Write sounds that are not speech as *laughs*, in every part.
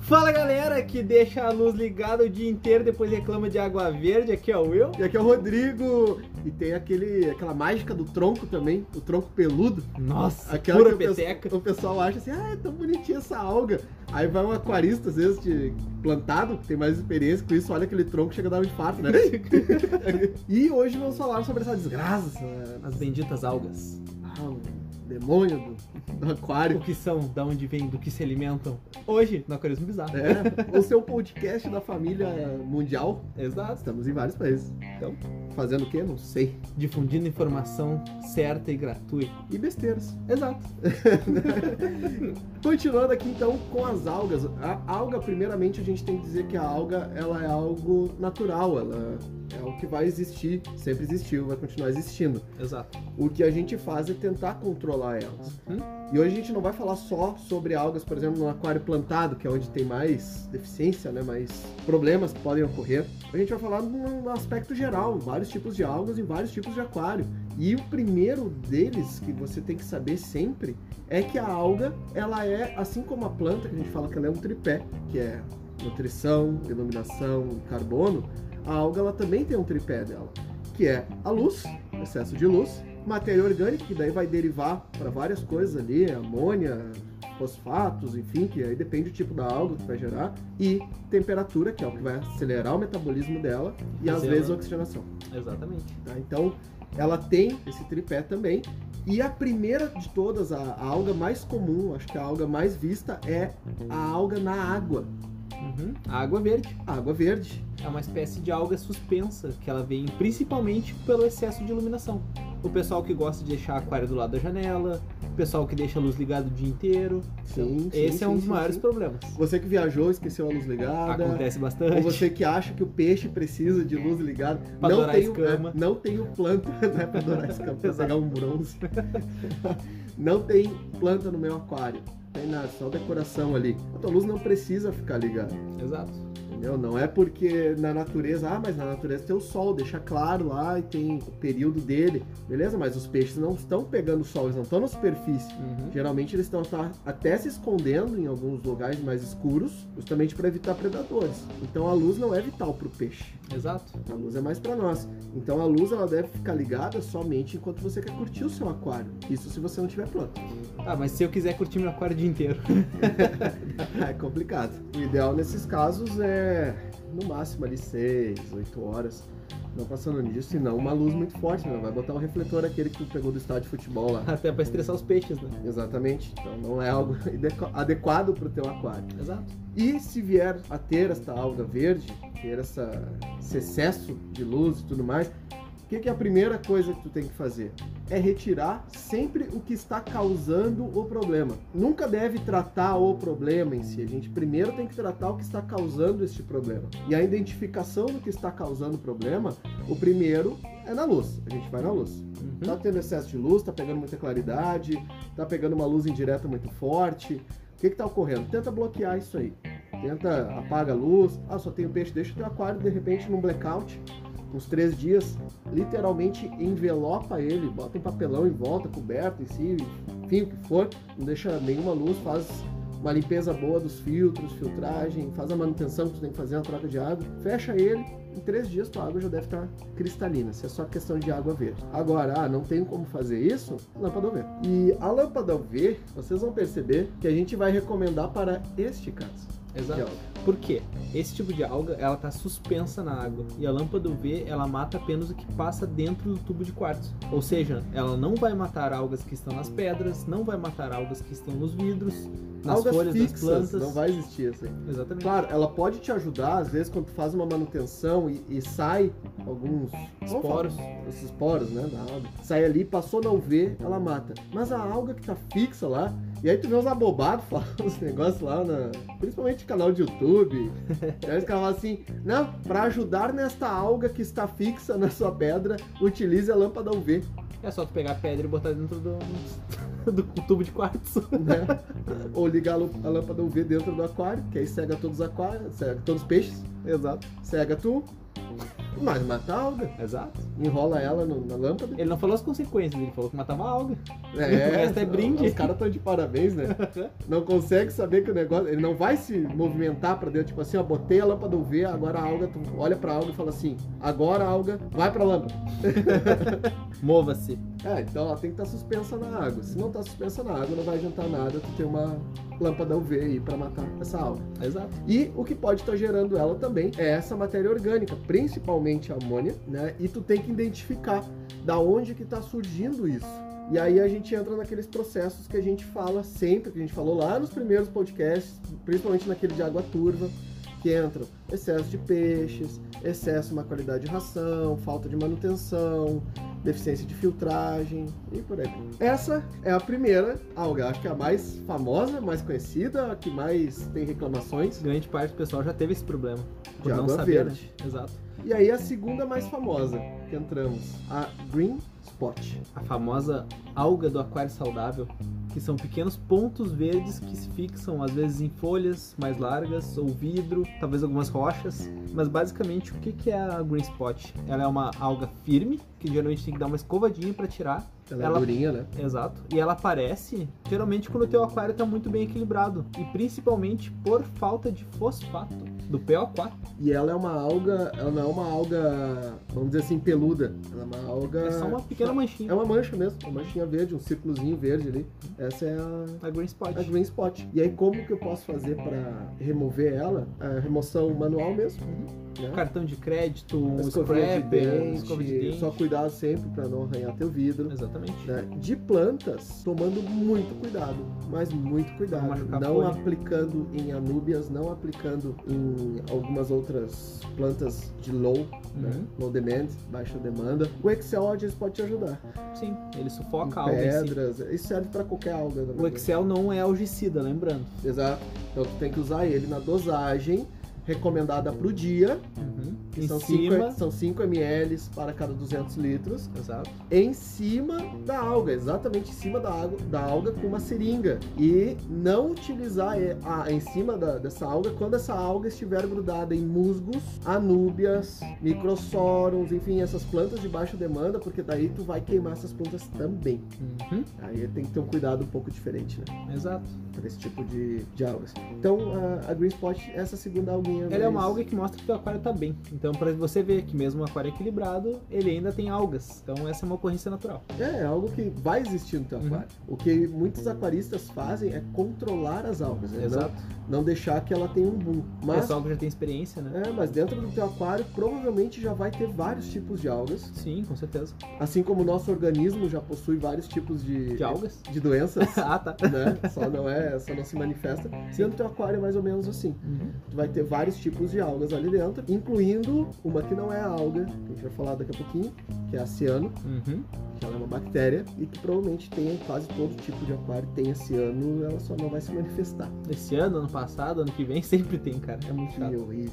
Fala galera que deixa a luz ligada o dia inteiro depois reclama de água verde. Aqui é o Will. E aqui é o Rodrigo. E tem aquele, aquela mágica do tronco também, o tronco peludo. Nossa, Aquela pura que o, pessoal, peteca. o pessoal acha assim, ah, é tão bonitinha essa alga. Aí vai um aquarista, às vezes, de plantado, que tem mais experiência com isso, olha aquele tronco, chega a dar um infarto, né? e hoje vamos falar sobre essa desgraça, essa- As benditas algas. ah, o demônio do, do O aquário. que são, da onde vêm, do que se alimentam. Hoje, no Aquarismo Bizarro. É, o seu podcast da família mundial. Exato. Estamos em vários países. Então, Fazendo o quê? Não sei. difundindo informação certa e gratuita. E besteiras. Exato. *laughs* Continuando aqui então com as algas. A alga, primeiramente, a gente tem que dizer que a alga ela é algo natural, ela é o que vai existir, sempre existiu, vai continuar existindo. Exato. O que a gente faz é tentar controlar elas. Hum? E hoje a gente não vai falar só sobre algas, por exemplo, no aquário plantado, que é onde tem mais deficiência, né, mais problemas que podem ocorrer. A gente vai falar no no aspecto geral, vários tipos de algas em vários tipos de aquário. E o primeiro deles que você tem que saber sempre é que a alga, ela é assim como a planta, que a gente fala que ela é um tripé, que é nutrição, iluminação, carbono. A alga ela também tem um tripé dela, que é a luz, excesso de luz, matéria orgânica, que daí vai derivar para várias coisas ali, amônia, fosfatos, enfim, que aí depende do tipo da alga que vai gerar, e temperatura, que é o que vai acelerar o metabolismo dela, e às Fazer vezes ela- oxigenação. Exatamente. tá? Então, ela tem esse tripé também. E a primeira de todas, a, a alga mais comum, acho que a alga mais vista, é a alga na água, Uhum. A água verde a água verde. é uma espécie de alga suspensa que ela vem principalmente pelo excesso de iluminação. O pessoal que gosta de deixar aquário do lado da janela, o pessoal que deixa a luz ligada o dia inteiro. Sim, sim, Esse é um sim, dos sim, maiores sim. problemas. Você que viajou, esqueceu a luz ligada. Acontece Ou bastante. você que acha que o peixe precisa de luz ligada, Pra não dourar tem, escama. né, não tem o planta, *laughs* né, pra dourar escama, pra Exato. pegar um bronze. não tem planta no meu aquário. Não Tem nada, só decoração ali. A tua luz não precisa ficar ligada, Exato. entendeu? Não é porque na natureza, ah, mas na natureza tem o sol, deixa claro lá e tem o período dele, beleza? Mas os peixes não estão pegando sol, eles não estão na superfície. Uhum. Geralmente eles estão tá, até se escondendo em alguns lugares mais escuros, justamente para evitar predadores. Então a luz não é vital para o peixe. Exato. A luz é mais para nós. Então a luz ela deve ficar ligada somente enquanto você quer curtir o seu aquário. Isso se você não tiver planta. Ah, mas se eu quiser curtir meu aquário o dia inteiro. *laughs* *laughs* É complicado. O ideal nesses casos é no máximo ali 6, 8 horas. Não passando disso, senão uma luz muito forte, né? Vai botar um refletor aquele que tu pegou do estádio de futebol lá. Até pra estressar os peixes, né? Exatamente. Então não é algo *laughs* adequa- adequado para o teu aquário. Exato. E se vier a ter esta alga verde, ter essa, esse excesso de luz e tudo mais, o que, que é a primeira coisa que tu tem que fazer? É retirar sempre o que está causando o problema. Nunca deve tratar o problema em si. A gente primeiro tem que tratar o que está causando este problema. E a identificação do que está causando o problema, o primeiro é na luz. A gente vai na luz. Tá Uhum. tendo excesso de luz, tá pegando muita claridade, tá pegando uma luz indireta muito forte. O que que tá ocorrendo? Tenta bloquear isso aí. Tenta apaga a luz. Ah, só tem o peixe, deixa o teu aquário de repente num blackout. Uns três dias, literalmente envelopa ele, bota um papelão em volta, coberto em si, enfim, o que for, não deixa nenhuma luz, faz uma limpeza boa dos filtros, filtragem, faz a manutenção que tu tem que fazer, a troca de água, fecha ele, em três dias tua água já deve estar cristalina, se é só questão de água verde. Agora, ah, não tem como fazer isso? Lâmpada UV. E a lâmpada UV, vocês vão perceber que a gente vai recomendar para este caso. Exato. Que é Por quê? Esse tipo de alga, ela tá suspensa na água. E a lâmpada UV, ela mata apenas o que passa dentro do tubo de quartzo. Ou seja, ela não vai matar algas que estão nas pedras, não vai matar algas que estão nos vidros, nas algas folhas das fixas, plantas. não vai existir assim. Exatamente. Claro, ela pode te ajudar, às vezes, quando tu faz uma manutenção e, e sai alguns Esporos. esses poros, né, da alga. Sai ali, passou na UV, ela mata. Mas a alga que tá fixa lá, e aí tu vê uns abobados *laughs* falando os negócios lá, na, principalmente canal de YouTube. aí os caras falam assim, não, pra ajudar nesta alga que está fixa na sua pedra, utilize a lâmpada UV, É só tu pegar a pedra e botar dentro do, *laughs* do tubo de quartzo. *laughs* né? Ou ligar a lâ- a lâmpada UV dentro do aquário, que aí cega todos os aquários, cega todos os peixes. Exato. Cega tu. Mas mata a alga, Exato. enrola ela no- na lâmpada. Ele não falou as consequências, ele falou que matava a alga. É, *laughs* O resto é brinde. Os caras estão de parabéns, *laughs* né? Não consegue saber que o negócio. Ele não vai se movimentar pra dentro, tipo assim, ó, botei a lâmpada UV, agora a alga, tu olha pra alga e fala assim, agora a alga, vai pra lâmpada. Mova-se. É, então ela tem que estar suspensa na água. Se não tá suspensa na água, não vai adiantar nada tu ter uma lâmpada UV aí pra matar essa alga. Exato. E o que pode estar gerando ela também é essa matéria orgânica, principalmente a amônia, né? E tu tem que identificar da onde que tá surgindo isso. E aí a gente entra naqueles processos que a gente fala sempre, que a gente falou lá nos primeiros podcasts, principalmente naquele de água turva, que entram excesso de peixes, excesso de uma qualidade de ração, falta de manutenção, deficiência de filtragem e por aí. Essa é a primeira alga, acho que é a mais famosa, mais conhecida, a que mais tem reclamações. Grande parte do pessoal já teve esse problema. Por De não água saber, verde. né? Exato. E aí a segunda mais famosa que entramos, a Green Spot. A famosa alga do aquário saudável, que são pequenos pontos verdes que se fixam às vezes em folhas mais largas ou vidro, talvez algumas rochas. Mas basicamente o que que é a green spot? Ela é uma alga firme que geralmente tem que dar uma escovadinha para tirar Ela, Ela- é durinha, né? Exato. E ela aparece geralmente quando o teu aquário está muito bem equilibrado. E principalmente por falta de fosfato do PO4. E ela é uma alga, ela não é uma alga, vamos dizer assim, peluda. Ela é uma alga. É só uma pequena É manchinha. uma mancha mesmo, uma manchinha verde, um círculozinho verde ali. Essa é a, A Tá green spot. a Green Spot. E aí como que eu posso fazer pra remover ela? É A remoção manual mesmo, né? Cartão de crédito, um Escovinha de scrapper, dente, escova de dente. só cuidar sempre pra não arranhar teu vidro. Exatamente. né, de plantas, tomando muito cuidado, mas muito Não cuidado, machucar não folha. aplicando em anúbias, não aplicando em algumas outras plantas de low, né, Uhum. low demand, baixa demanda. O Excel às vezes pode te ajudar. Sim, ele Em sufoca a alga em si. pedras, isso serve para qualquer alga. na O verdade. Excel não é algicida, lembrando. Exato. Então tu tem que usar ele na dosagem recomendada para o dia, Uhum. que Em são cima. 5, são 5 ml para cada 200 litros. Exato. em cima da alga, exatamente em cima da, água, da alga com uma seringa. E não utilizar e- a- em cima da- dessa alga quando essa alga estiver grudada em musgos, anúbias, microsorons, enfim, essas plantas de baixa demanda, porque daí tu vai queimar essas plantas também. Uhum. Aí tem que ter um cuidado um pouco diferente, né? Exato. Pra esse tipo de, de algas. Então a, a Green Spot é essa segunda alguinha. Ela é uma alga que mostra que teu aquário tá bem. Então, pra você ver que mesmo um aquário equilibrado, ele ainda tem algas. Então, essa é uma ocorrência natural. É, é algo que vai existir no teu Uhum. aquário. O que muitos aquaristas fazem é controlar as algas. né? Não- Exato. não deixar que ela tenha um boom. Mas, Pessoal que já tem experiência, né? é, mas dentro do teu aquário provavelmente já vai ter vários tipos de algas, Sim, com certeza. assim como o nosso organismo já possui vários tipos de, De algas? *laughs* de doenças, *laughs* ah, tá. né? Só não é, só não se manifesta. Dentro do teu aquário é mais ou menos assim. Tu vai ter vários tipos de algas ali dentro, incluindo uma que não é alga, que a gente vai falar daqui a pouquinho, que é a ciano, Uhum. que ela é uma bactéria e que provavelmente tem em quase todo tipo de aquário tem ciano, ela só não vai se manifestar. Esse ano, ano passado, ano que vem, *laughs* sempre tem, cara. É muito Que chato. horrível.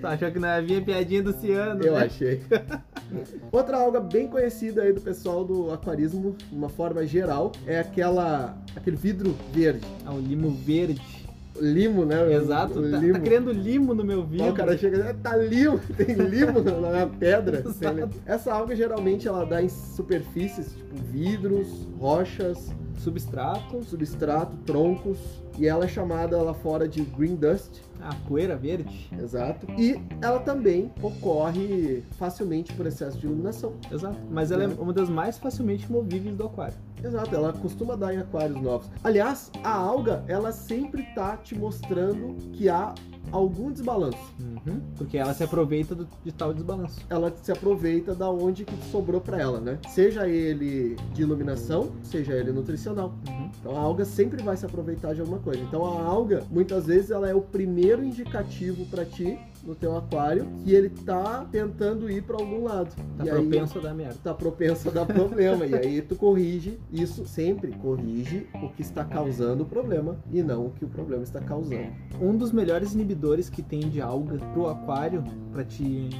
Tá achando que não havia piadinha do Ciano, Eu né? achei. *laughs* Outra alga bem conhecida aí do pessoal do aquarismo, de uma forma geral, é aquela aquele vidro verde. É um limo verde. Limo, né? O- Exato. O Tá, limo. tá criando limo no meu Ó, vidro. o cara chega e diz, "Ah, tá limo, *laughs* tem limo na *laughs* na pedra. Exato. Tem limo. Essa alga geralmente ela dá em superfícies, tipo vidros, rochas, Substrato. substrato, troncos, e ela é chamada lá fora de green dust, Ah, poeira verde. exato. E ela também ocorre facilmente por excesso de iluminação. Exato. Mas ela é É. uma das mais facilmente movíveis do aquário. Exato, ela costuma dar em aquários novos. Aliás, a alga, ela sempre tá te mostrando que há algum desbalanço. Uhum. Porque ela se aproveita do- de tal desbalanço. Ela se aproveita da onde que sobrou para ela, né? Seja ele de iluminação, seja ele nutricional. Uhum. Então a alga sempre vai se aproveitar de alguma coisa. Então a alga, muitas vezes, ela é o primeiro indicativo para ti no teu aquário que ele tá tentando ir para algum lado. Tá E aí- propenso a dar merda. tá propenso a dar problema. e aí tu corrige isso sempre. Corrige o que está causando o problema e não o que o problema está causando. Um dos melhores inibidores que tem de alga pro aquário para te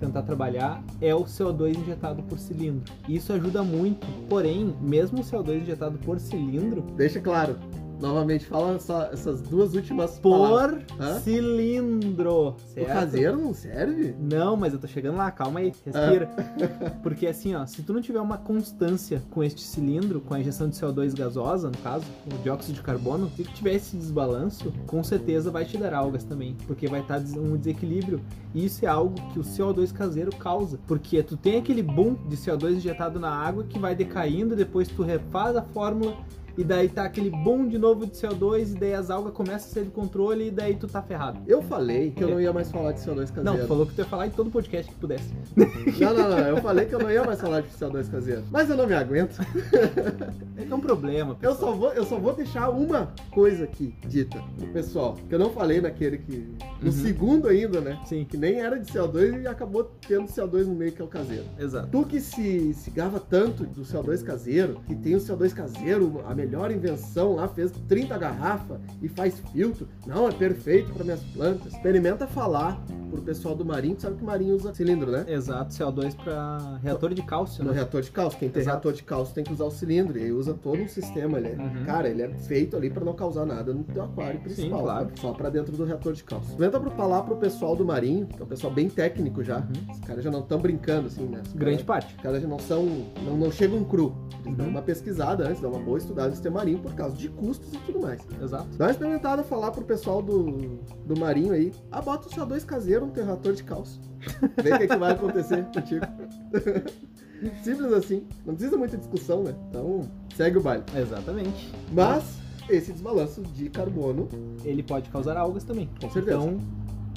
tentar trabalhar é o CO2 injetado por cilindro. Isso ajuda muito. Porém, mesmo o CO2 injetado por cilindro, Deixa claro, Novamente, fala essa- essas duas últimas palavras. Por Hã? cilindro. O certo? caseiro não serve? Não, mas eu tô chegando lá, calma aí, respira. Porque assim, ó, se tu não tiver uma constância com este cilindro, com a injeção de CO2 gasosa, no caso, o dióxido de carbono, se tu tiver esse desbalanço, com certeza vai te dar algas também, porque vai estar um desequilíbrio. E isso é algo que o CO2 caseiro causa, porque tu tem aquele boom de CO2 injetado na água que vai decaindo, depois tu refaz a fórmula. E daí tá aquele boom de novo de CO2, e daí as algas começam a sair do controle, e daí tu tá ferrado. Eu falei que eu não ia mais falar de CO2 caseiro. Não, tu falou que tu ia falar em todo podcast que pudesse. Não, não, não. Eu falei que eu não ia mais falar de CO2 caseiro. Mas eu não me aguento. É que é um problema, Eu pessoal. só vou, eu só vou deixar uma coisa aqui dita pro pessoal. Que eu não falei naquele que. No Uhum. segundo ainda, né? Sim, Que nem era de CO2 e acabou tendo CO2 no meio, que é o caseiro. exato. Tu que se, se gava tanto do CO2 caseiro, que tem o CO2 caseiro, a melhor invenção lá, fez 30 garrafas e faz filtro. Não, é perfeito para minhas plantas. Experimenta falar pro pessoal do marinho, tu sabe que o marinho usa cilindro, né? Exato, CO2 pra reator de cálcio, No né? reator de cálcio. Quem tem Exato. reator de cálcio tem que usar o cilindro. E aí usa todo um sistema. Ele é- Uhum. Cara, ele é feito ali pra não causar nada no teu aquário principal. Sim, claro. né? Só pra dentro do reator de cálcio. Experimenta pra falar pro pessoal do marinho, que é um pessoal bem técnico já. Uhum. Os caras já não estão brincando, assim, né? Os Grande caras- parte. Os caras já não são. não, não chegam cru. Eles dão Uhum. uma pesquisada antes, dão uma boa estudada no sistema marinho por causa de custos e tudo mais. Exato. Dá uma experimentada falar pro pessoal do, do marinho aí. Ah, bota o CO2 caseiro no teu reator de cálcio. *laughs* Vê o que, é que vai acontecer contigo. *laughs* Simples assim. Não precisa muita discussão, né? Então, segue o baile. Exatamente. Mas, esse desbalanço de carbono, Ele pode causar algas também. com certeza. Então,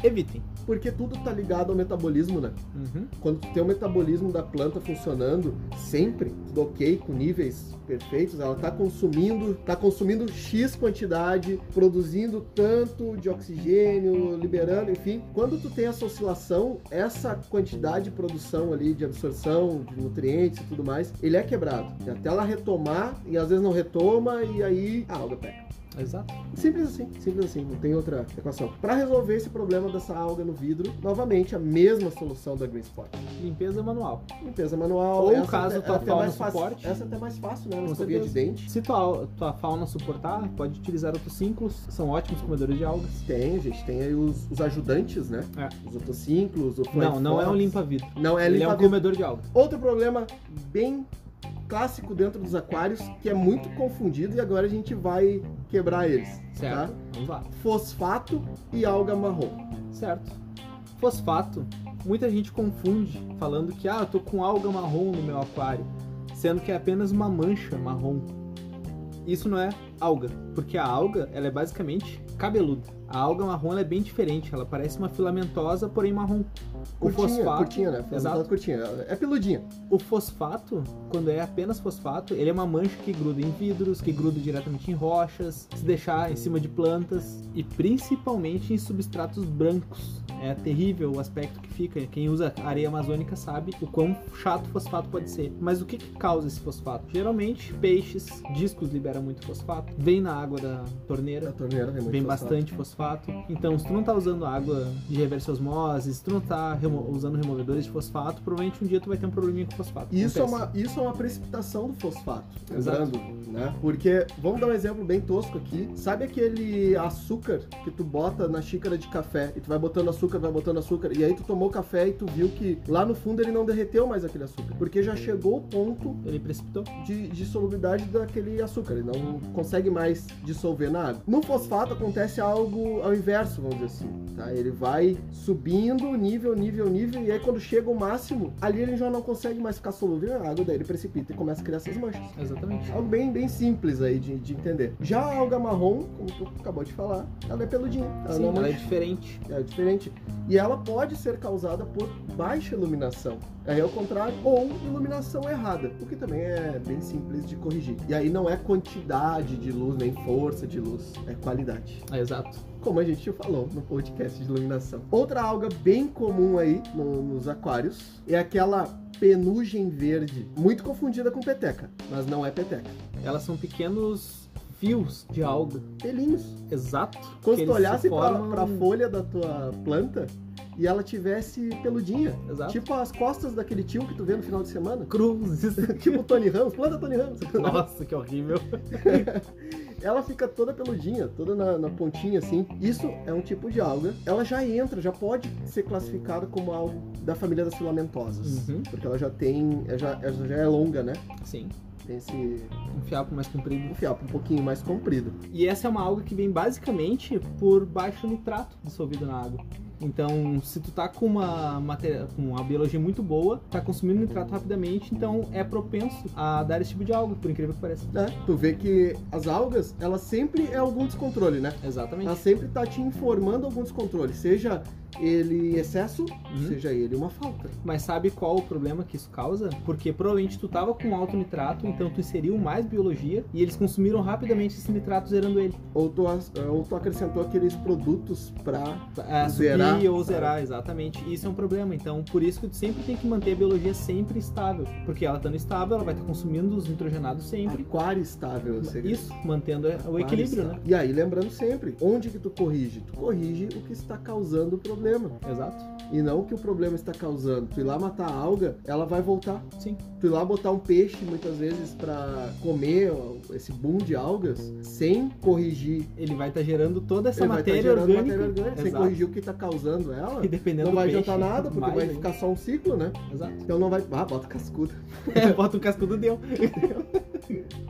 evitem. Porque tudo tá ligado ao metabolismo, né? Uhum. Quando tu tem o metabolismo da planta funcionando sempre, tudo ok, com níveis perfeitos, ela tá consumindo, tá consumindo X quantidade, produzindo tanto de oxigênio, liberando, enfim. Quando tu tem essa oscilação, essa quantidade de produção ali de absorção de nutrientes e tudo mais, ele é quebrado. E até ela retomar, e às vezes não retoma, e aí a alga pega. Exato. Simples assim, simples assim, não tem outra equação. Para resolver esse problema dessa alga no vidro, novamente a mesma solução da Green Spot. Limpeza manual. Limpeza manual. Ou essa caso até- tua até fauna mais fácil. suporte. Essa é até mais fácil, né? Uma Com escovinha de certeza. dente. Se tua, tua fauna suportar, pode utilizar outros ciclos. São ótimos comedores de algas. Tem, gente, tem aí os, os ajudantes, né? É. Os otociclos, o Flying não, não é um Fox. limpa-vidro. Não é Ele é limpa um vidro. comedor de algas. Outro problema bem clássico dentro dos aquários, que é muito confundido e agora a gente vai quebrar eles. tá? Certo? Vamos lá. Fosfato e alga marrom. Certo. Fosfato. Muita gente confunde falando que ah, eu tô com alga marrom no meu aquário, sendo que é apenas uma mancha marrom. Isso não é alga, porque a alga ela é basicamente cabeluda. A alga marrom ela é bem diferente, ela parece uma filamentosa, porém marrom. O Curtinha, fosfato, curtinha, né? Exato. Curtinha. É peludinha. o fosfato, quando é apenas fosfato, ele é uma mancha que gruda em vidros, que gruda diretamente em rochas, se deixar em cima de plantas e principalmente em substratos brancos. É terrível o aspecto que fica. Quem usa areia amazônica sabe o quão chato o fosfato pode ser. Mas o que, que causa esse fosfato? Geralmente, peixes, discos liberam muito fosfato, vem na água da torneira Da torneira tem muito vem fosfato. né? bastante fosfato. Então, se tu não tá usando água de reversa osmose, se tu não tá remo- usando removedores de fosfato, provavelmente um dia tu vai ter um probleminha com fosfato. Isso é, Acontece. uma, isso é uma precipitação do fosfato, Exato. lembrando, né? Porque, vamos dar um exemplo bem tosco aqui. Sabe aquele açúcar que tu bota na xícara de café e tu vai botando açúcar, vai botando açúcar, e aí tu tomou café e tu viu que lá no fundo ele não derreteu mais aquele açúcar, porque já chegou o ponto Ele precipitou? de, de solubilidade daquele açúcar, ele não consegue mais dissolver na água. No fosfato acontece algo ao inverso, vamos dizer assim, tá? Ele vai subindo nível, nível, nível, e aí quando chega o máximo, ali ele já não consegue mais ficar solúvel na água, daí ele precipita e começa a criar essas manchas. É Exatamente. Algo bem, bem simples aí de, de entender. Já a alga marrom, como tu acabou de falar, ela é peludinha. Ela Sim, não ela é mancha. diferente. É diferente. E ela pode ser causada por baixa iluminação. Aí é o contrário, ou iluminação errada, o que também é bem simples de corrigir. E aí não é quantidade de luz, nem força de luz, é qualidade. É, exato. Como a gente já falou no podcast de iluminação. Outra alga bem comum aí no- nos aquários é aquela penugem verde, muito confundida com peteca, mas não é peteca. Elas são pequenos fios de alga. Pelinhos. Exato. Quando que eles se tu olhasse pra, formam- pra folha da tua planta e ela tivesse peludinha, Exato. Tipo as costas daquele tio que tu vê no final de *laughs* semana. *laughs* cruzes. Tipo o Tony Ramos, planta Tony Ramos. Nossa, que horrível. ela fica toda peludinha, toda na, na pontinha assim. Isso é um tipo de alga. Ela já entra, já pode ser classificada como algo da família das filamentosas. Uhum. Porque ela já tem. ela já- ela já é longa, né? Sim. Tem esse Um fiapo mais comprido. um fiapo um pouquinho mais comprido. E essa é uma alga que vem basicamente por baixo nitrato dissolvido na água. Então, se tu tá com uma, matéria, com uma biologia muito boa, tá consumindo nitrato rapidamente, então é propenso a dar esse tipo de alga, por incrível que pareça. né? Tu vê que as algas, ela sempre é algum descontrole, né? Ela Exatamente. sempre tá te informando algum descontrole, seja ele excesso, Uhum. seja ele uma falta. Mas sabe qual o problema que isso causa? Porque provavelmente tu tava com alto nitrato, então tu inseriu mais biologia e eles consumiram rapidamente esse nitrato, zerando ele. Ou tu, as- é, ou tu acrescentou aqueles produtos pra. É, subir Zerar, ou sabe? zerar, exatamente. Isso é um problema. Então, por isso que tu sempre tem que manter a biologia sempre estável. Porque ela estando estável, ela vai estar consumindo os nitrogenados sempre. Aquário estável, seria. Isso, mantendo o Aquário equilíbrio, estável. né? E aí, lembrando sempre, onde que tu corrige? Tu corrige o que está causando o problema. Exato. E não o que o problema está causando. Tu ir lá matar a alga, ela vai voltar. Sim. Tu ir lá botar um peixe, muitas vezes, pra comer ó, esse boom de algas, sem corrigir Ele vai estar gerando toda essa Ele vai tá matéria gerando orgânica. matéria orgânica, sem Exato. corrigir o que tá causando ela. *laughs* E dependendo Não do vai peixe, adiantar nada, porque mais vai ainda. ficar só um ciclo, né? *laughs* Exato. Então não vai. Ah, bota cascudo. É, bota o cascudo deu.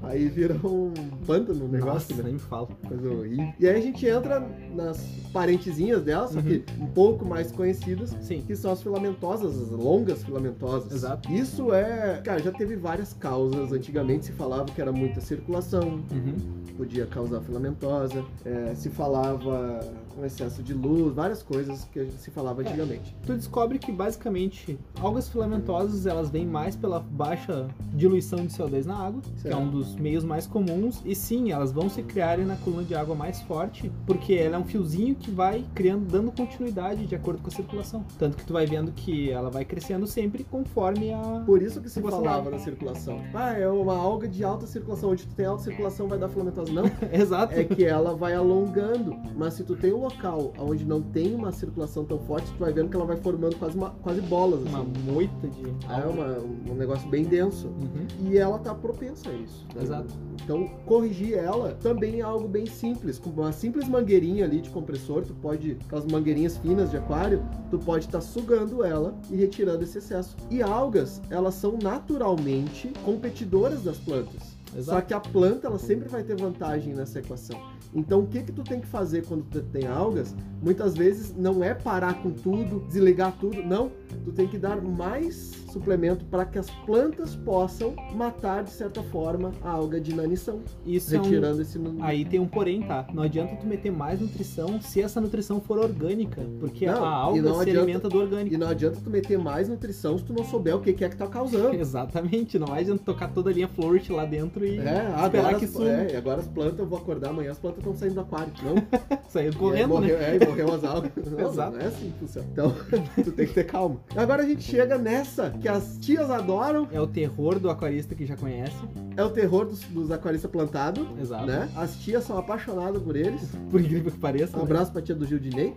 Aí vira um pântano o negócio, Nossa, né? nem me fala. Coisa horrível. E aí a gente entra nas parentezinhas dela, só que Uhum. um pouco mais conhecidas, Sim. que são as filamentosas, as longas filamentosas. Exato. Isso é. Cara, já teve várias causas. Antigamente se falava que era muita circulação, Uhum. podia causar filamentosa, é, se falava um excesso de luz, várias coisas que a gente se falava É. antigamente. Tu descobre que basicamente algas filamentosas elas vêm mais pela baixa diluição de CO2 na água, que é Certo. um dos meios mais comuns. E sim, elas vão se criarem na coluna de água mais forte, porque ela é um fiozinho que vai criando, dando continuidade de acordo com a circulação. Tanto que tu vai vendo que ela vai crescendo sempre conforme a. *laughs* Por isso que se Circulação. falava na circulação. Ah, é uma alga de alta circulação. Onde tu tem alta circulação vai dar filamentosa. Não, Exato. é que ela vai alongando. Mas se tu tem um local onde não tem uma circulação tão forte, tu vai vendo que ela vai formando quase, uma- quase bolas. Uma Assim. moita de. É uma- um negócio bem denso. Uhum. E ela tá propensa a isso. né? Exato. Então, corrigir ela também é algo bem simples. Com uma simples mangueirinha ali de compressor, tu pode, aquelas mangueirinhas finas de aquário, tu pode estar sugando ela e retirando esse excesso. E algas, elas são naturalmente competidoras das plantas. Só Exato. que a planta, ela sempre vai ter vantagem nessa equação. Então, o que que tu tem que fazer quando tu tem algas? Muitas vezes não é parar com tudo, desligar tudo, não. Tu tem que dar mais suplemento para que as plantas possam matar, de certa forma, a alga de inanição, Isso é um, retirando esse nu- Aí tem um porém, tá? Não adianta tu meter mais nutrição se essa nutrição for orgânica, porque Não, a e alga não se adianta- alimenta do orgânico. E não adianta tu meter mais nutrição se tu não souber o que que é que tá causando. *laughs* Exatamente, não adianta tocar toda a linha flourish lá dentro e É, Esperar agora, que as, suma. é, e agora as plantas, eu vou acordar amanhã, as plantas estão saindo do aquário. Não, *laughs* sair E aí correndo, né? morreu, é, e morreu *laughs* as algas. Não, Exato. Não é assim que funciona. Então, *laughs* tu tem que ter calma. Agora a gente chega nessa, que as tias adoram, É o terror do aquarista que já conhece. é o terror dos, dos aquaristas plantados. Exato. Né? As tias são apaixonadas por eles. *laughs* Por incrível que pareça. Um né? abraço pra tia do *laughs* Gildinei.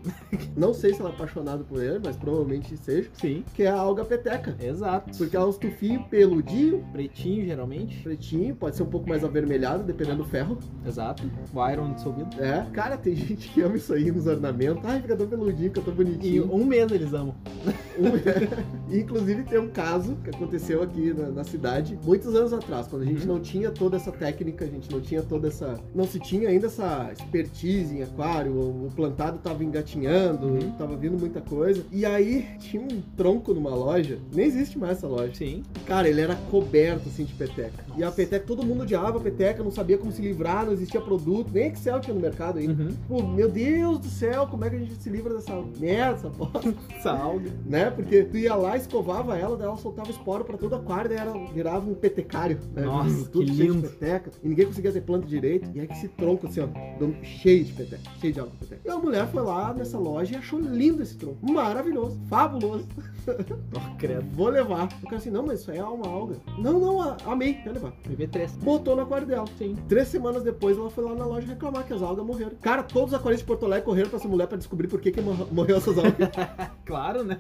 Não sei se ela é apaixonada por ele, mas provavelmente seja. Sim, Que é a alga peteca. exato. Porque ela é uns tufinhos peludinho, Pretinho, geralmente. pretinho, pode ser um pouco mais avermelhado, dependendo do ferro. Exato. O iron dissolvido. É. Cara, tem *laughs* gente que ama isso aí nos ornamentos. Ai, fica tão peludinho, fica tão E bonitinho. um mês eles amam. *laughs* Inclusive tem um caso que aconteceu aqui na, na cidade muitos anos atrás, quando a gente Uhum. não tinha toda essa técnica, a gente não tinha toda essa. Não se tinha ainda essa expertise em aquário, o, o plantado tava engatinhando, Uhum. tava vindo muita coisa. E aí tinha um tronco numa loja, nem existe mais essa loja. Sim. Cara, ele era coberto assim de peteca. E a Nossa. peteca, todo mundo odiava a peteca, não sabia como se livrar, não existia produto, nem Excel tinha no mercado ainda. Uhum. Pô, meu Deus do céu, como é que a gente se livra dessa merda, dessa bosta? Essa alga. né? Porque tu ia lá, escovava ela, daí ela soltava esporo pra toda a quadra e era, virava um petecário. Né? Nossa, tudo que cheio lindo. de peteca. E ninguém conseguia ter planta direito. E aí que esse tronco, assim, ó, dom- cheio de peteca, cheio de alga peteca. E a mulher foi lá nessa loja e achou lindo esse tronco. Maravilhoso, fabuloso. Oh, credo. Vou levar. O cara assim, não, mas isso aí é uma alga. Não, não, a- amei, quero levar. MV3. acontece. Botou no aquário dela. Sim. Três semanas depois, ela foi lá na loja reclamar que as algas morreram. Cara, todos os aquaristas de Porto Alegre correram pra essa mulher pra descobrir por que, que morra- morreu essas algas. Claro, né?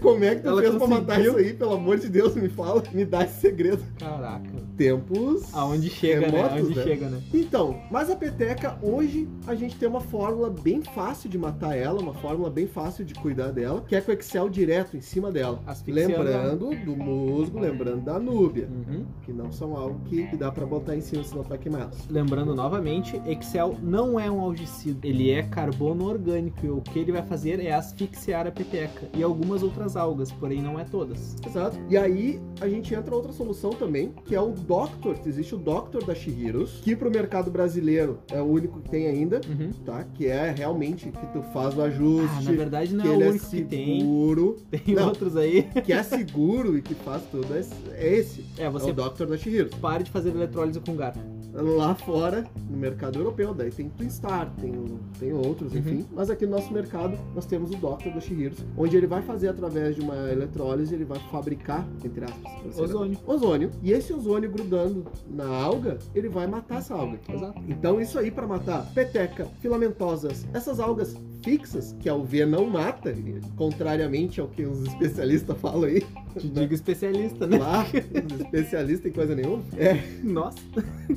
Como é que tu Ela fez pra conseguiu. matar isso aí? Pelo amor de Deus, me fala. Me dá esse segredo. Caraca. Tempos... Aonde chega, né? Remotos, Aonde né? chega, né? Então, mas a peteca, hoje a gente tem uma fórmula bem fácil de matar ela, uma fórmula bem fácil de cuidar dela, que é com o Excel direto em cima dela. Asfixiando. né? Lembrando do musgo, lembrando da núbia, Uhum. que não são algo que, que dá pra botar em cima senão tá queimado. Lembrando novamente, Excel não é um algicida, ele é carbono orgânico e o que ele vai fazer é asfixiar a peteca e algumas outras algas, porém não é todas. Exato. E aí a gente entra outra solução também, que é o Doctor. Existe o Doctor da Shihiros, que pro mercado brasileiro é o único que tem ainda, Uhum. tá? Que é realmente que tu faz o ajuste. Ah, na verdade não que é ele o é único que tem, seguro. tem Não. outros aí. que é seguro e que faz tudo é, é esse. *laughs* É, É você o Dr. da Shihiro. pare de fazer eletrólise com gato. Lá fora, no mercado europeu, daí tem Twinstar, tem, o- tem outros, Uhum. enfim. Mas aqui no nosso mercado, nós temos o Dr. da Shihiro, onde ele vai fazer através de uma eletrólise, ele vai fabricar, entre aspas, pra ser- Ozônio. ozônio. E esse ozônio grudando na alga, ele vai matar essa alga. Exato. Então isso aí pra matar peteca, filamentosas, essas algas fixas que ao ver não mata, contrariamente ao que os especialistas *laughs* falam aí. Te digo especialista, né? lá, especialista em coisa nenhuma. É, *laughs* Nossa.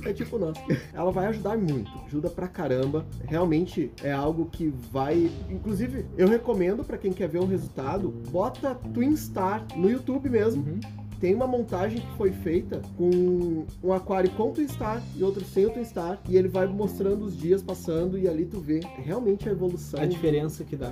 é tipo nós. Ela vai ajudar muito, ajuda pra caramba. Realmente é algo que vai. Inclusive, eu recomendo pra quem quer ver o resultado, bota Twin Star no YouTube mesmo. Uhum. Tem uma montagem que foi feita com um aquário com Twin Star e outro sem o Twin Star. E ele vai mostrando os dias passando e ali tu vê realmente a evolução. A diferença que dá.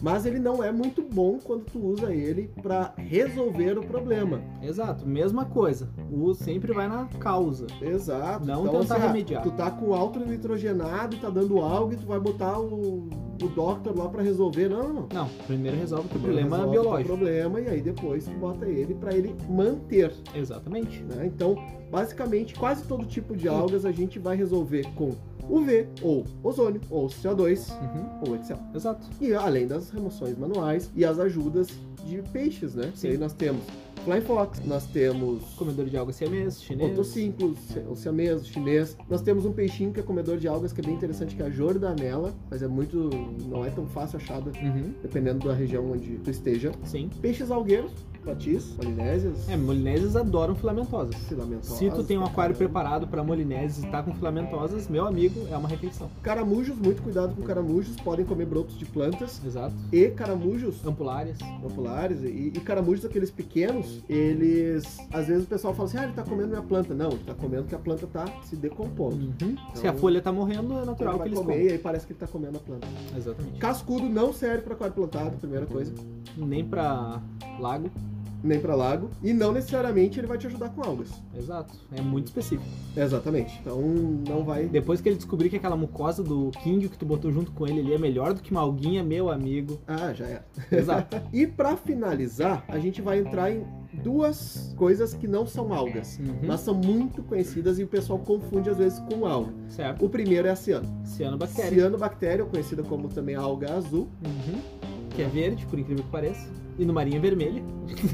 Mas ele não é muito bom quando tu usa ele pra resolver o problema. Exato, mesma coisa. O sempre vai na causa. Exato. Não tentar ah, remediar. Tu tá com alto nitrogenado, tá dando algo e tu vai botar o, o doctor lá pra resolver. Não, não, não. Não, primeiro resolve o teu Primeiro problema resolve o teu biológico. problema e aí depois tu bota ele pra ele manter, Exatamente. né? Então, basicamente, quase todo tipo de algas a gente vai resolver com UV ou ozônio ou CO2 Uhum, ou etc. Exato. E além das remoções manuais e as ajudas de peixes, né? Sim. E aí nós temos Fly Fox, nós temos Comedor de algas siamês, chinês. Motociclos, o siamês, o chinês. Nós temos um peixinho que é comedor de algas que é bem interessante, que é a jordanela, mas é muito. não é tão fácil achada, Uhum, dependendo da região onde tu esteja. Sim. Peixes algueiros, patis, polinésias, É, molinésias adoram filamentosas. filamentosas. Se tu tem um aquário caramba. preparado pra molinésias e tá com filamentosas, meu amigo, é uma refeição. Caramujos, muito cuidado com caramujos, podem comer brotos de plantas. Exato. E caramujos Ampulárias. populares e, e caramujos aqueles pequenos, eles às vezes o pessoal fala assim: "Ah, ele tá comendo minha planta". Não, ele tá comendo que a planta tá se decompondo. Uhum. Se Então, a folha tá morrendo, é Ele natural que vai eles comer comam. e aí parece que ele tá comendo a planta. Exatamente. Cascudo não serve pra aquário plantado, primeira coisa, Nem pra lago. nem pra lago, e não necessariamente ele vai te ajudar com algas. Exato. É muito específico. Exatamente. Então não vai. Depois que ele descobrir que aquela mucosa do King que tu botou junto com ele ali é melhor do que uma alguinha, meu amigo. Ah, já era. Exato. E pra finalizar, a gente vai entrar em duas coisas que não são algas, Uhum, mas são muito conhecidas e o pessoal confunde às vezes com alga. Certo. O primeiro é a ciano. Cianobactéria. Cianobactéria, conhecida como também alga azul, *laughs* Uhum. Que é verde, por incrível que pareça. E no marinha é vermelha.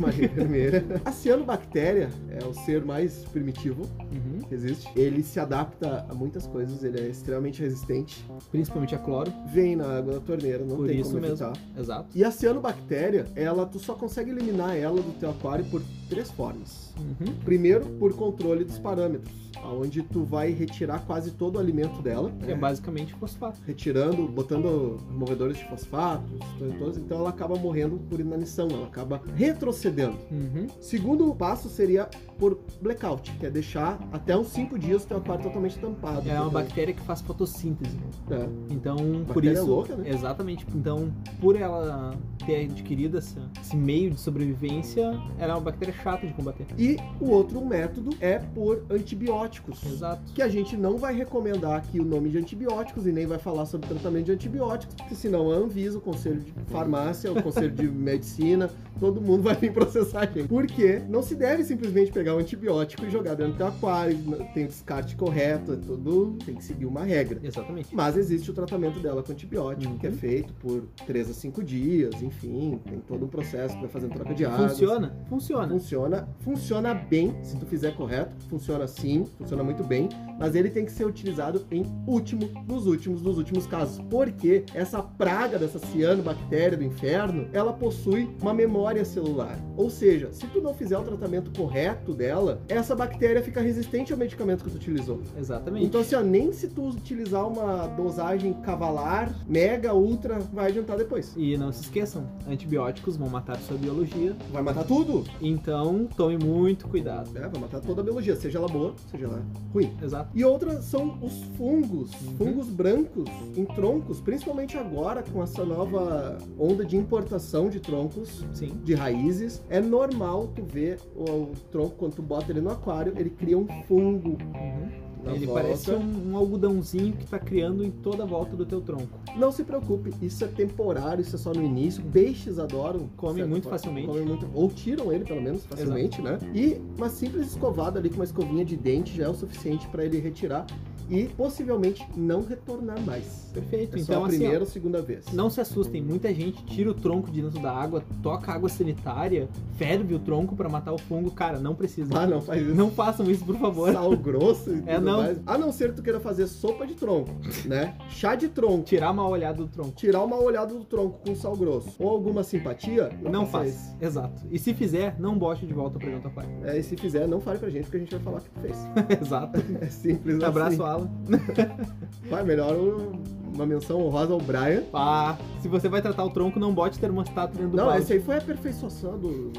marinha vermelha. A cianobactéria é o ser mais primitivo Uhum. que existe. Ele se adapta a muitas coisas, ele é extremamente resistente. Principalmente a cloro. vem na água da torneira, não Por tem isso como mesmo. evitar. Exato. E a cianobactéria, ela tu só consegue eliminar ela do teu aquário por três formas. Uhum. Primeiro, por controle dos parâmetros, aonde tu vai retirar quase todo o alimento dela, Que é né? basicamente fosfato. retirando, botando removedores de fosfatos, todos, então ela acaba morrendo por inanição, ela acaba retrocedendo. Uhum. Segundo passo seria por blackout, que é deixar até uns cinco dias o teu aquário totalmente tampado. É uma Porque- bactéria que faz fotossíntese. É. Então, por Bactéria isso. louca, né? Exatamente. Então, por ela ter adquirido essa- esse meio de sobrevivência, era uma bactéria chata de combater. E o outro método é por antibióticos. Exato. Que a gente não vai recomendar aqui o nome de antibióticos e nem vai falar sobre tratamento de antibióticos, porque senão a Anvisa, o Conselho de Farmácia, o Conselho de Medicina, todo mundo vai vir processar a gente. Porque não se deve simplesmente pegar um antibiótico e jogar dentro do aquário, tem o descarte correto, é tudo, tem que seguir uma regra. Exatamente. Mas existe o tratamento dela com antibiótico, Uhum. que é feito por 3 a 5 dias, enfim, tem todo um processo que vai fazendo troca de água. Funciona? Funciona. Ah, Funciona, funciona bem, se tu fizer correto, funciona sim, funciona muito bem, mas ele tem que ser utilizado em último dos últimos dos últimos casos, porque essa praga dessa cianobactéria do inferno, ela possui uma memória celular. Ou seja, se tu não fizer o tratamento correto dela, essa bactéria fica resistente ao medicamento que tu utilizou. Exatamente. Então, assim, ó, nem se tu utilizar uma dosagem cavalar, mega, ultra, vai adiantar depois. E não se esqueçam, antibióticos vão matar sua biologia, Vai matar tudo. então tome muito cuidado. É, vai matar toda a biologia, seja ela boa, seja ela ruim. Exato. E outra são os fungos, Uhum. fungos brancos em troncos, principalmente agora com essa nova onda de importação de troncos Sim. de raízes. É normal tu ver o, o tronco quando tu bota ele no aquário, ele cria um fungo. Uhum. na Ele volta. parece um, um algodãozinho que tá criando em toda a volta do teu tronco. Não se preocupe, isso é temporário, isso é só no início. Peixes adoram. Uhum. Comem certa muito forma, facilmente. Comem muito, ou tiram ele, pelo menos, facilmente, né? E uma simples escovada ali com uma escovinha de dente já é o suficiente para ele retirar e possivelmente não retornar mais. Perfeito. É só então, a assim, ó, primeira ou segunda vez. Não se assustem, muita gente tira o tronco de dentro da água, toca água sanitária, ferve o tronco pra matar o fungo. Cara, não precisa. Ah, não, faz isso. Não façam isso, por favor. Sal grosso e tudo É, não. mais. A não ser que tu queira fazer sopa de tronco, né? Chá de tronco. Tirar uma olhada do tronco. Tirar uma olhada do tronco com sal grosso ou alguma simpatia, Não faça faz. Exato. E se fizer, não bote de volta pra dentro da parte. isso. É, e se fizer, não fale pra gente, porque a gente vai falar o que tu fez. *laughs* Exato. É simples Abraço, Alan. assim. Vai, melhor o- uma menção honrosa ao Brian. Ah, se você vai tratar o tronco, não bote termostato dentro do não, balde. esse aí foi a aperfeiçoação do...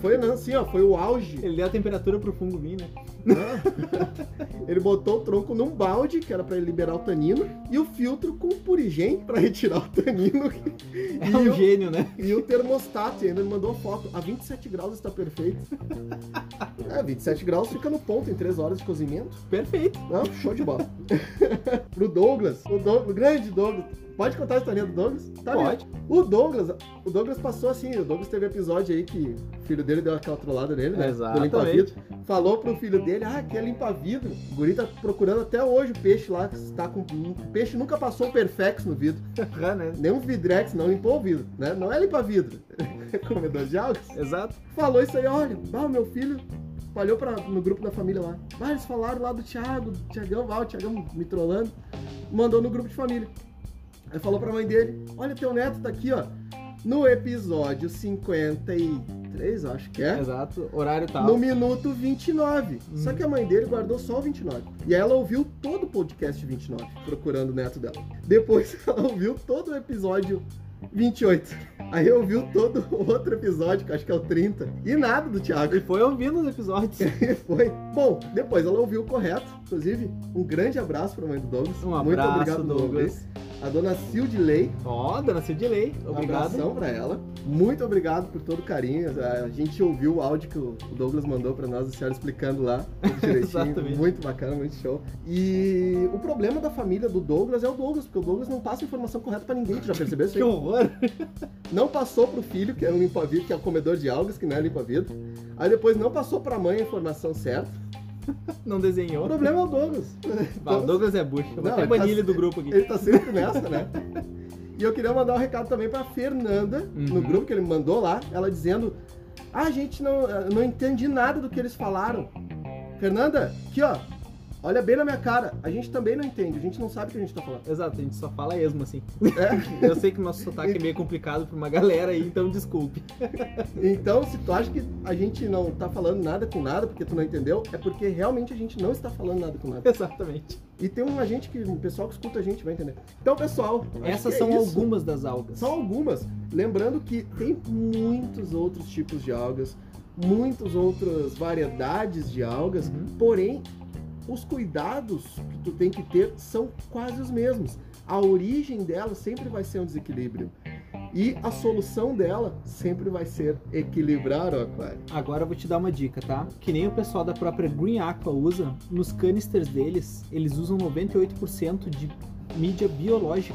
Foi não, assim, ó, foi o auge. Ele deu a temperatura pro fungo vir, né? Ele botou o tronco num balde, que era pra ele liberar o tanino, e o filtro com purigem pra retirar o tanino. É E um eu- gênio, né? E o termostato, e ainda me mandou a foto. A 27 graus está perfeito. É, 27 graus fica no ponto em 3 horas de cozimento. Perfeito. Não, show de bola. *laughs* Pro Douglas, o, Doug- o grande Douglas. Pode contar a historinha do Douglas? Tá Pode. O Douglas, o Douglas passou assim, o Douglas teve episódio aí que o filho dele deu aquela trollada nele, né? Exatamente. Do limpa-vidro. Falou pro filho dele, ah, quer limpar vidro. O guri tá procurando até hoje o peixe lá, que tá com... O peixe nunca passou o perfex no vidro. né? Nem um vidrex, não limpou o vidro, né? Não é limpar vidro. *laughs* É Comedor de algas. Exato. Falou isso aí, olha, bah, o meu filho falhou pra, no grupo da família lá. Ah, eles falaram lá do Thiago, do Thiagão, ah, o Thiagão me trollando. Mandou no grupo de família. Aí falou pra mãe dele, olha, teu neto tá aqui, ó. No episódio 53, eu acho que é. Exato. Horário tal. No minuto 29. Hum. Só que a mãe dele guardou só o 29. E ela ouviu todo o podcast 29, procurando o neto dela. Depois *laughs* ela ouviu todo o episódio 28. Aí ouviu todo o outro episódio, que acho que é o 30. E nada do *laughs* Thiago. E foi ouvindo os *laughs* episódios. E foi. Bom, depois ela ouviu o correto. Inclusive, um grande abraço pra mãe do Douglas. Um Muito abraço, obrigado, Douglas. A dona Cilde Lei. Ó, dona Cildilei. Um Obrigado. abração pra ela. Muito obrigado por todo o carinho. A gente ouviu o áudio que o Douglas mandou pra nós, o senhor explicando lá. *laughs* tudo Exatamente. Direitinho. muito bacana, muito show. E o problema da família do Douglas é o Douglas, porque o Douglas não passa a informação correta pra ninguém. Tu já percebeu isso *laughs* Que aí? horror. Não passou pro filho, que é um limpavido, que é o comedor de algas, que não é limpavido. Aí depois não passou pra mãe a informação certa. Não O desenhou. problema é o Douglas. Bah, o Douglas é bucha. Eu vou Não, até ele tá- banir ele do grupo aqui. Ele tá sempre nessa, né? E eu queria mandar um recado também pra Fernanda, no Uhum. grupo que ele me mandou lá, ela dizendo: Ah, gente, não, eu não entendi nada do que eles falaram. Fernanda, aqui ó, olha bem na minha cara, a gente também não entende, a gente não sabe o que a gente tá falando. Exato, a gente só fala esmo assim. *laughs* É? Eu sei que o nosso sotaque é meio complicado pra uma galera aí, então desculpe. *laughs* Então, se tu acha que a gente não tá falando nada com nada porque tu não entendeu, é porque realmente a gente não está falando nada com nada. Exatamente. E tem um gente que, um pessoal que escuta a gente vai entender. Então, pessoal, acho Essas que é são isso. algumas das algas. São algumas. Lembrando que tem muitos outros tipos de algas, muitas outras variedades de algas, Uhum. porém os cuidados que tu tem que ter são quase os mesmos. A origem dela sempre vai ser um desequilíbrio. E a solução dela sempre vai ser equilibrar o aquário. Agora eu vou te dar uma dica, tá? Que nem o pessoal da própria Green Aqua usa, nos canisters deles, eles usam 98% de mídia biológica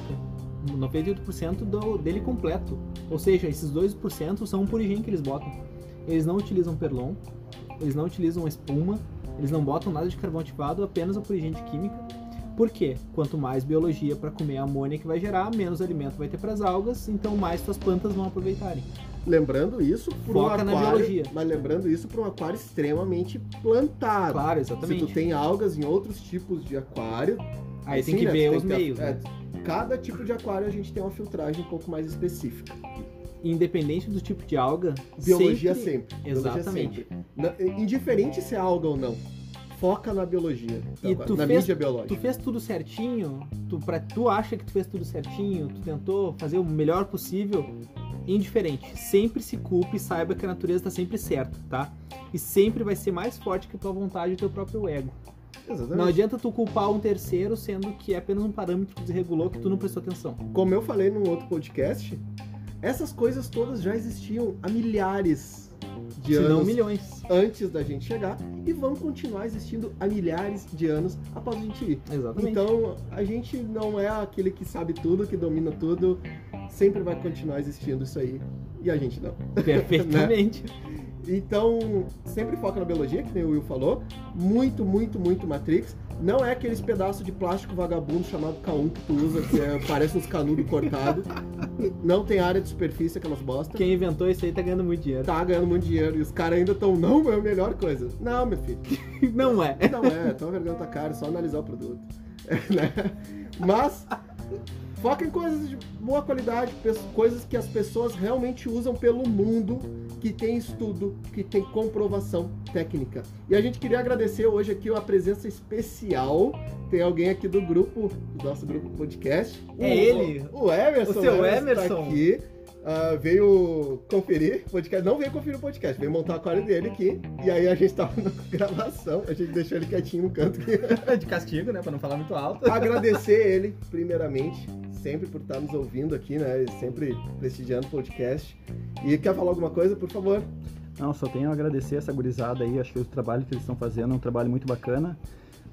98% do, dele completo. Ou seja, esses 2% são o purigem que eles botam. Eles não utilizam perlon, eles não utilizam espuma, eles não botam nada de carvão ativado, apenas o purigem de química. Por quê? Quanto mais biologia para comer a amônia que vai gerar, menos alimento vai ter para as algas, então mais suas plantas vão aproveitarem. Lembrando isso para um Foca na biologia. aquário, mas lembrando isso para um aquário extremamente plantado. Claro, Se exatamente. tu tem algas em outros tipos de aquário, Aí assim, tem que né, tu ver os que ter- meios, né? é, Cada tipo de aquário a gente tem uma filtragem um pouco mais específica. Independente do tipo de alga, Biologia sempre... sempre. biologia Exatamente. sempre. Na- Indiferente se é alga ou não. Foca na biologia. E na tu na fez- mídia Tu biológica. fez tudo certinho, tu, pra, tu acha que tu fez tudo certinho, tu tentou fazer o melhor possível, indiferente. Sempre se culpe e saiba que a natureza tá sempre certa, tá? E sempre vai ser mais forte que tua vontade e teu próprio ego. Exatamente. Não adianta tu culpar um terceiro, sendo que é apenas um parâmetro que desregulou que tu não prestou atenção. Como eu falei num outro podcast, essas coisas todas já existiam há milhares de Se não anos milhões. antes da gente chegar e vão continuar existindo há milhares de anos após a gente ir. Exatamente. Então, *laughs* a gente não é aquele que sabe tudo, que domina tudo. Sempre vai continuar existindo isso aí. E a gente não. Perfeitamente. Então, sempre foca na biologia, que nem o Will falou. Muito, muito, muito Matrix. Não é aqueles pedaços de plástico vagabundo chamado K1 que tu usa, que é- parece uns canudos cortados. Não tem área de superfície, aquelas bosta. Quem inventou isso aí tá ganhando muito dinheiro. *laughs* Tá ganhando muito dinheiro e os caras ainda estão, não, é a melhor coisa. Não, meu filho. Não é. Não é, tão vergonha tá cara, é só analisar o produto. *laughs* Né? Mas foca em coisas de boa qualidade, pe- coisas que as pessoas realmente usam pelo mundo, que tem estudo, que tem comprovação técnica. E a gente queria agradecer hoje aqui a presença especial. Tem alguém aqui do grupo, do nosso grupo podcast. É O- ele? O Emerson. O seu Tá Emerson? aqui. Ah, veio conferir o podcast. Não veio conferir o podcast, veio montar o aquário dele aqui. E aí a gente tava *laughs* na gravação, a gente deixou ele quietinho no canto. aqui. De castigo, né? Pra não falar muito *laughs* alto. Agradecer ele, primeiramente, sempre por estar nos ouvindo aqui, né? e Sempre prestigiando o podcast. E quer falar alguma coisa, por favor? Não, só tenho a agradecer essa gurizada aí. Acho que o trabalho que eles estão fazendo é um trabalho muito bacana.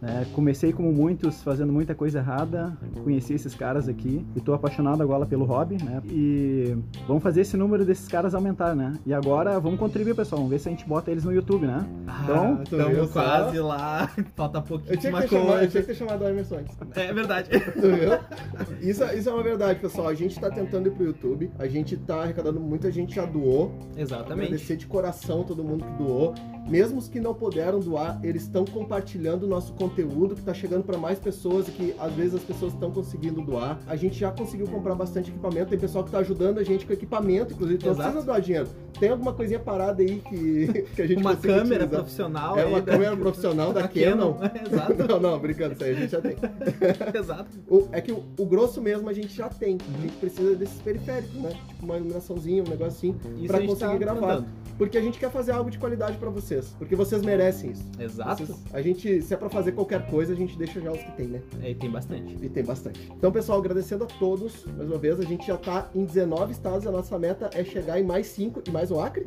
né? comecei como muitos, fazendo muita coisa errada. Conheci esses caras aqui e tô apaixonado agora pelo hobby, né? E vamos fazer esse número desses caras aumentar, né? E agora vamos contribuir, pessoal. Vamos ver se a gente bota eles no YouTube, né? Então, Ah, tu viu tamo só? quase lá. *laughs* Falta Eu tinha, que pouquíssima ter chamado, eu coisa. tinha que ter chamado o Emerson *laughs* antes. É verdade. Tu viu? Isso, isso é uma verdade, pessoal. A gente tá tentando ir pro YouTube, a gente tá arrecadando, muita gente já doou. Exatamente. Agradecer de coração todo mundo que doou. Mesmo os que não puderam doar, eles estão compartilhando o nosso conteúdo que está chegando para mais pessoas e que às vezes as pessoas estão conseguindo doar. A gente já conseguiu comprar bastante equipamento, tem pessoal que está ajudando a gente com equipamento, inclusive, então não Exato. precisa doar dinheiro. Tem alguma coisinha parada aí que, *laughs* tipo que a gente Uma consiga câmera utilizar. profissional. É aí né? uma da- câmera profissional da Canon. *laughs* Exato, *laughs* Não, não, brincando, isso aí a gente já tem. *laughs* exato. O- é que o, o grosso mesmo a gente já tem. A gente precisa desses periféricos, né? Tipo uma iluminaçãozinha, um negócio assim. Isso Pra a gente conseguir tá gravar. tentando. Porque a gente quer fazer algo de qualidade pra vocês. Porque vocês merecem isso. Exato. Vocês- a gente, se é pra fazer qualquer coisa, a gente deixa já os que tem, né? É, e tem bastante. *laughs* E tem bastante. Então, pessoal, agradecendo a todos. Mais uma vez, a gente já tá em 19 estados. A nossa meta é chegar em mais 5 e mais o Acre,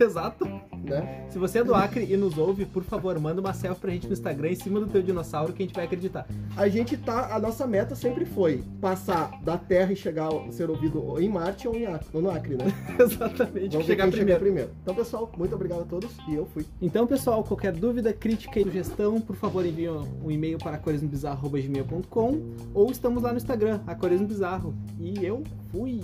Exato. né? Se você é do Acre e nos ouve, por favor, manda uma selfie pra gente no Instagram em cima do teu dinossauro que a gente vai acreditar. *laughs* A gente tá. A nossa meta sempre foi passar da Terra e chegar a ser ouvido ou em Marte ou, em Acre, ou *laughs* no Acre, né? Exatamente. Vamos ver chegar quem chega primeiro. primeiro. Então, pessoal, muito obrigado a todos. E eu fui. Então, pessoal, qualquer dúvida, crítica e sugestão, por favor, envie um um e-mail para aquarismobizarro.gmail.com ou estamos lá no Instagram, aquarismobizarro. E eu fui.